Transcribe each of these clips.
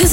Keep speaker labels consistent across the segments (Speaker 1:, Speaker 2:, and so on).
Speaker 1: this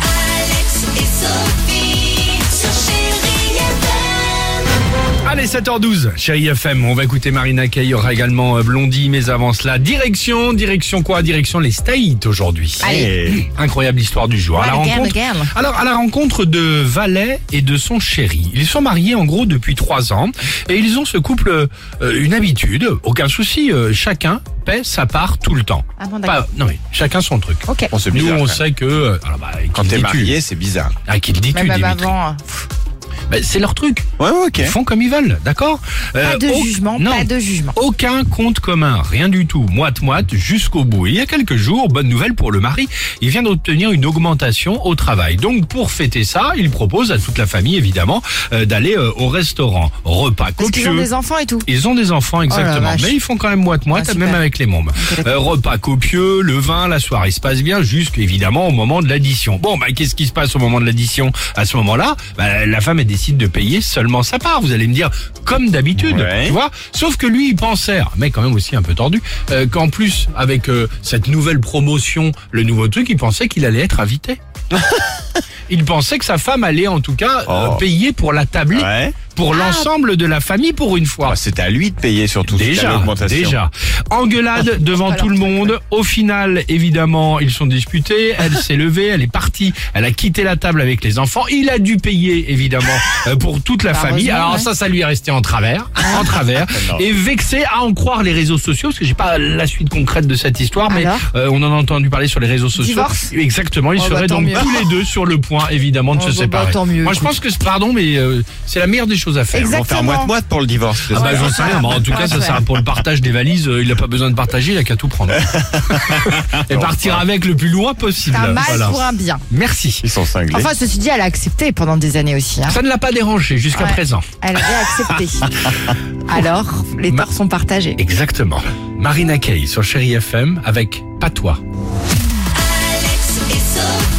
Speaker 2: Alex et Sophie sur Chérie FM.
Speaker 3: Allez, 7h12, chérie FM, on va écouter Marina Kaye, il y aura également euh, Blondie, mais avant cela, direction, direction quoi Direction les States aujourd'hui. Eh, Incroyable histoire du jour. à la rencontre, Alors, à la rencontre de Valet et de son chéri. Ils sont mariés en gros depuis 3 ans et ils ont ce couple euh, une habitude, aucun souci, euh, chacun paie sa part tout le temps. Pas- non mais chacun son truc.
Speaker 4: On se
Speaker 3: Nous,
Speaker 4: bizarre,
Speaker 3: on
Speaker 4: quand même.
Speaker 3: sait que... euh, alors, bah, qui
Speaker 4: Quand
Speaker 3: le
Speaker 4: t'es
Speaker 3: dis-tu
Speaker 4: marié, c'est bizarre.
Speaker 3: Ah, qui le dis-tu,
Speaker 5: bah,
Speaker 3: Dimitri Bah, C'est leur truc.
Speaker 4: Ouais, ouais, ok.
Speaker 3: Ils font comme ils veulent, d'accord Euh,
Speaker 5: Pas de jugement,
Speaker 3: non.
Speaker 5: pas de jugement.
Speaker 3: Aucun compte commun, rien du tout, moite-moite jusqu'au bout. Et il y a quelques jours, bonne nouvelle pour le mari, il vient d'obtenir une augmentation au travail. Donc pour fêter ça, il propose à toute la famille évidemment euh, d'aller euh, au restaurant. Repas
Speaker 5: Parce qu'ils ont
Speaker 3: copieux.
Speaker 5: des enfants et tout.
Speaker 3: Ils ont des enfants, exactement.
Speaker 5: Oh vache.
Speaker 3: mais ils font quand même moite-moite,
Speaker 5: Ah, super.
Speaker 3: même avec les mômes. Euh, repas copieux, le vin, la soirée se passe bien, jusqu'évidemment au moment de l'addition. Bon, bah, qu'est-ce qui se passe au moment de l'addition À ce moment-là, bah, la femme, elle décide de payer seulement sa part. Vous allez me dire, comme d'habitude,
Speaker 4: Ouais.
Speaker 3: tu vois Sauf que lui, il pensait, un mec quand même aussi un peu tordu, euh, qu'en plus, avec euh, cette nouvelle promotion, le nouveau truc, il pensait qu'il allait être invité. il pensait que sa femme allait, en tout cas, euh,
Speaker 4: Oh.
Speaker 3: payer pour la tablée,
Speaker 4: Ouais. Ah.
Speaker 3: pour l'ensemble de la famille pour une fois.
Speaker 4: Bah, c'est à lui de payer surtout. si t'as
Speaker 3: Déjà,
Speaker 4: l'augmentation.
Speaker 3: déjà. Engueulade devant tout le monde. Au final, évidemment, ils sont disputés. Elle s'est levée, elle est partie. Elle a quitté la table avec les enfants. Il a dû payer, évidemment, euh, pour toute
Speaker 5: Bah,
Speaker 3: la famille. Alors ça, ça lui est resté en travers, en travers.
Speaker 4: Non.
Speaker 3: Et vexé à en croire les réseaux sociaux, parce que j'ai pas la suite concrète de cette histoire, mais
Speaker 5: Alors
Speaker 3: euh, on en a entendu parler sur les réseaux sociaux.
Speaker 5: Divorce
Speaker 3: Exactement. Ils
Speaker 5: Oh, bah,
Speaker 3: seraient
Speaker 5: tant
Speaker 3: donc
Speaker 5: mieux.
Speaker 3: tous les deux sur le point, évidemment, de
Speaker 5: Oh,
Speaker 3: se
Speaker 5: bah,
Speaker 3: séparer.
Speaker 5: tant mieux,
Speaker 3: Moi, je
Speaker 5: écoute.
Speaker 3: pense que c'est- pardon, mais euh, c'est la meilleure des choses à faire.
Speaker 4: Ils vont faire
Speaker 5: Exactement.
Speaker 4: moite-moite pour le divorce. c'est
Speaker 3: Ah
Speaker 4: ça
Speaker 3: bah j'en sais rien, mais en tout cas ça sert pour le partage des valises, euh, il n'a pas besoin de partager, il a qu'à tout prendre. Et partir avec le plus loin possible.
Speaker 5: T'as mal
Speaker 3: Voilà.
Speaker 5: pour un bien.
Speaker 3: Merci.
Speaker 4: Ils sont cinglés.
Speaker 5: Enfin, ceci dit, elle a accepté pendant des années aussi. hein.
Speaker 3: Ça ne l'a pas dérangé jusqu'à
Speaker 5: Ouais.
Speaker 3: présent.
Speaker 5: Elle a accepté. Alors, les torts sont partagés.
Speaker 3: Exactement. Marina Kaye sur Chéri FM avec Patois.
Speaker 2: Alex et Sophie.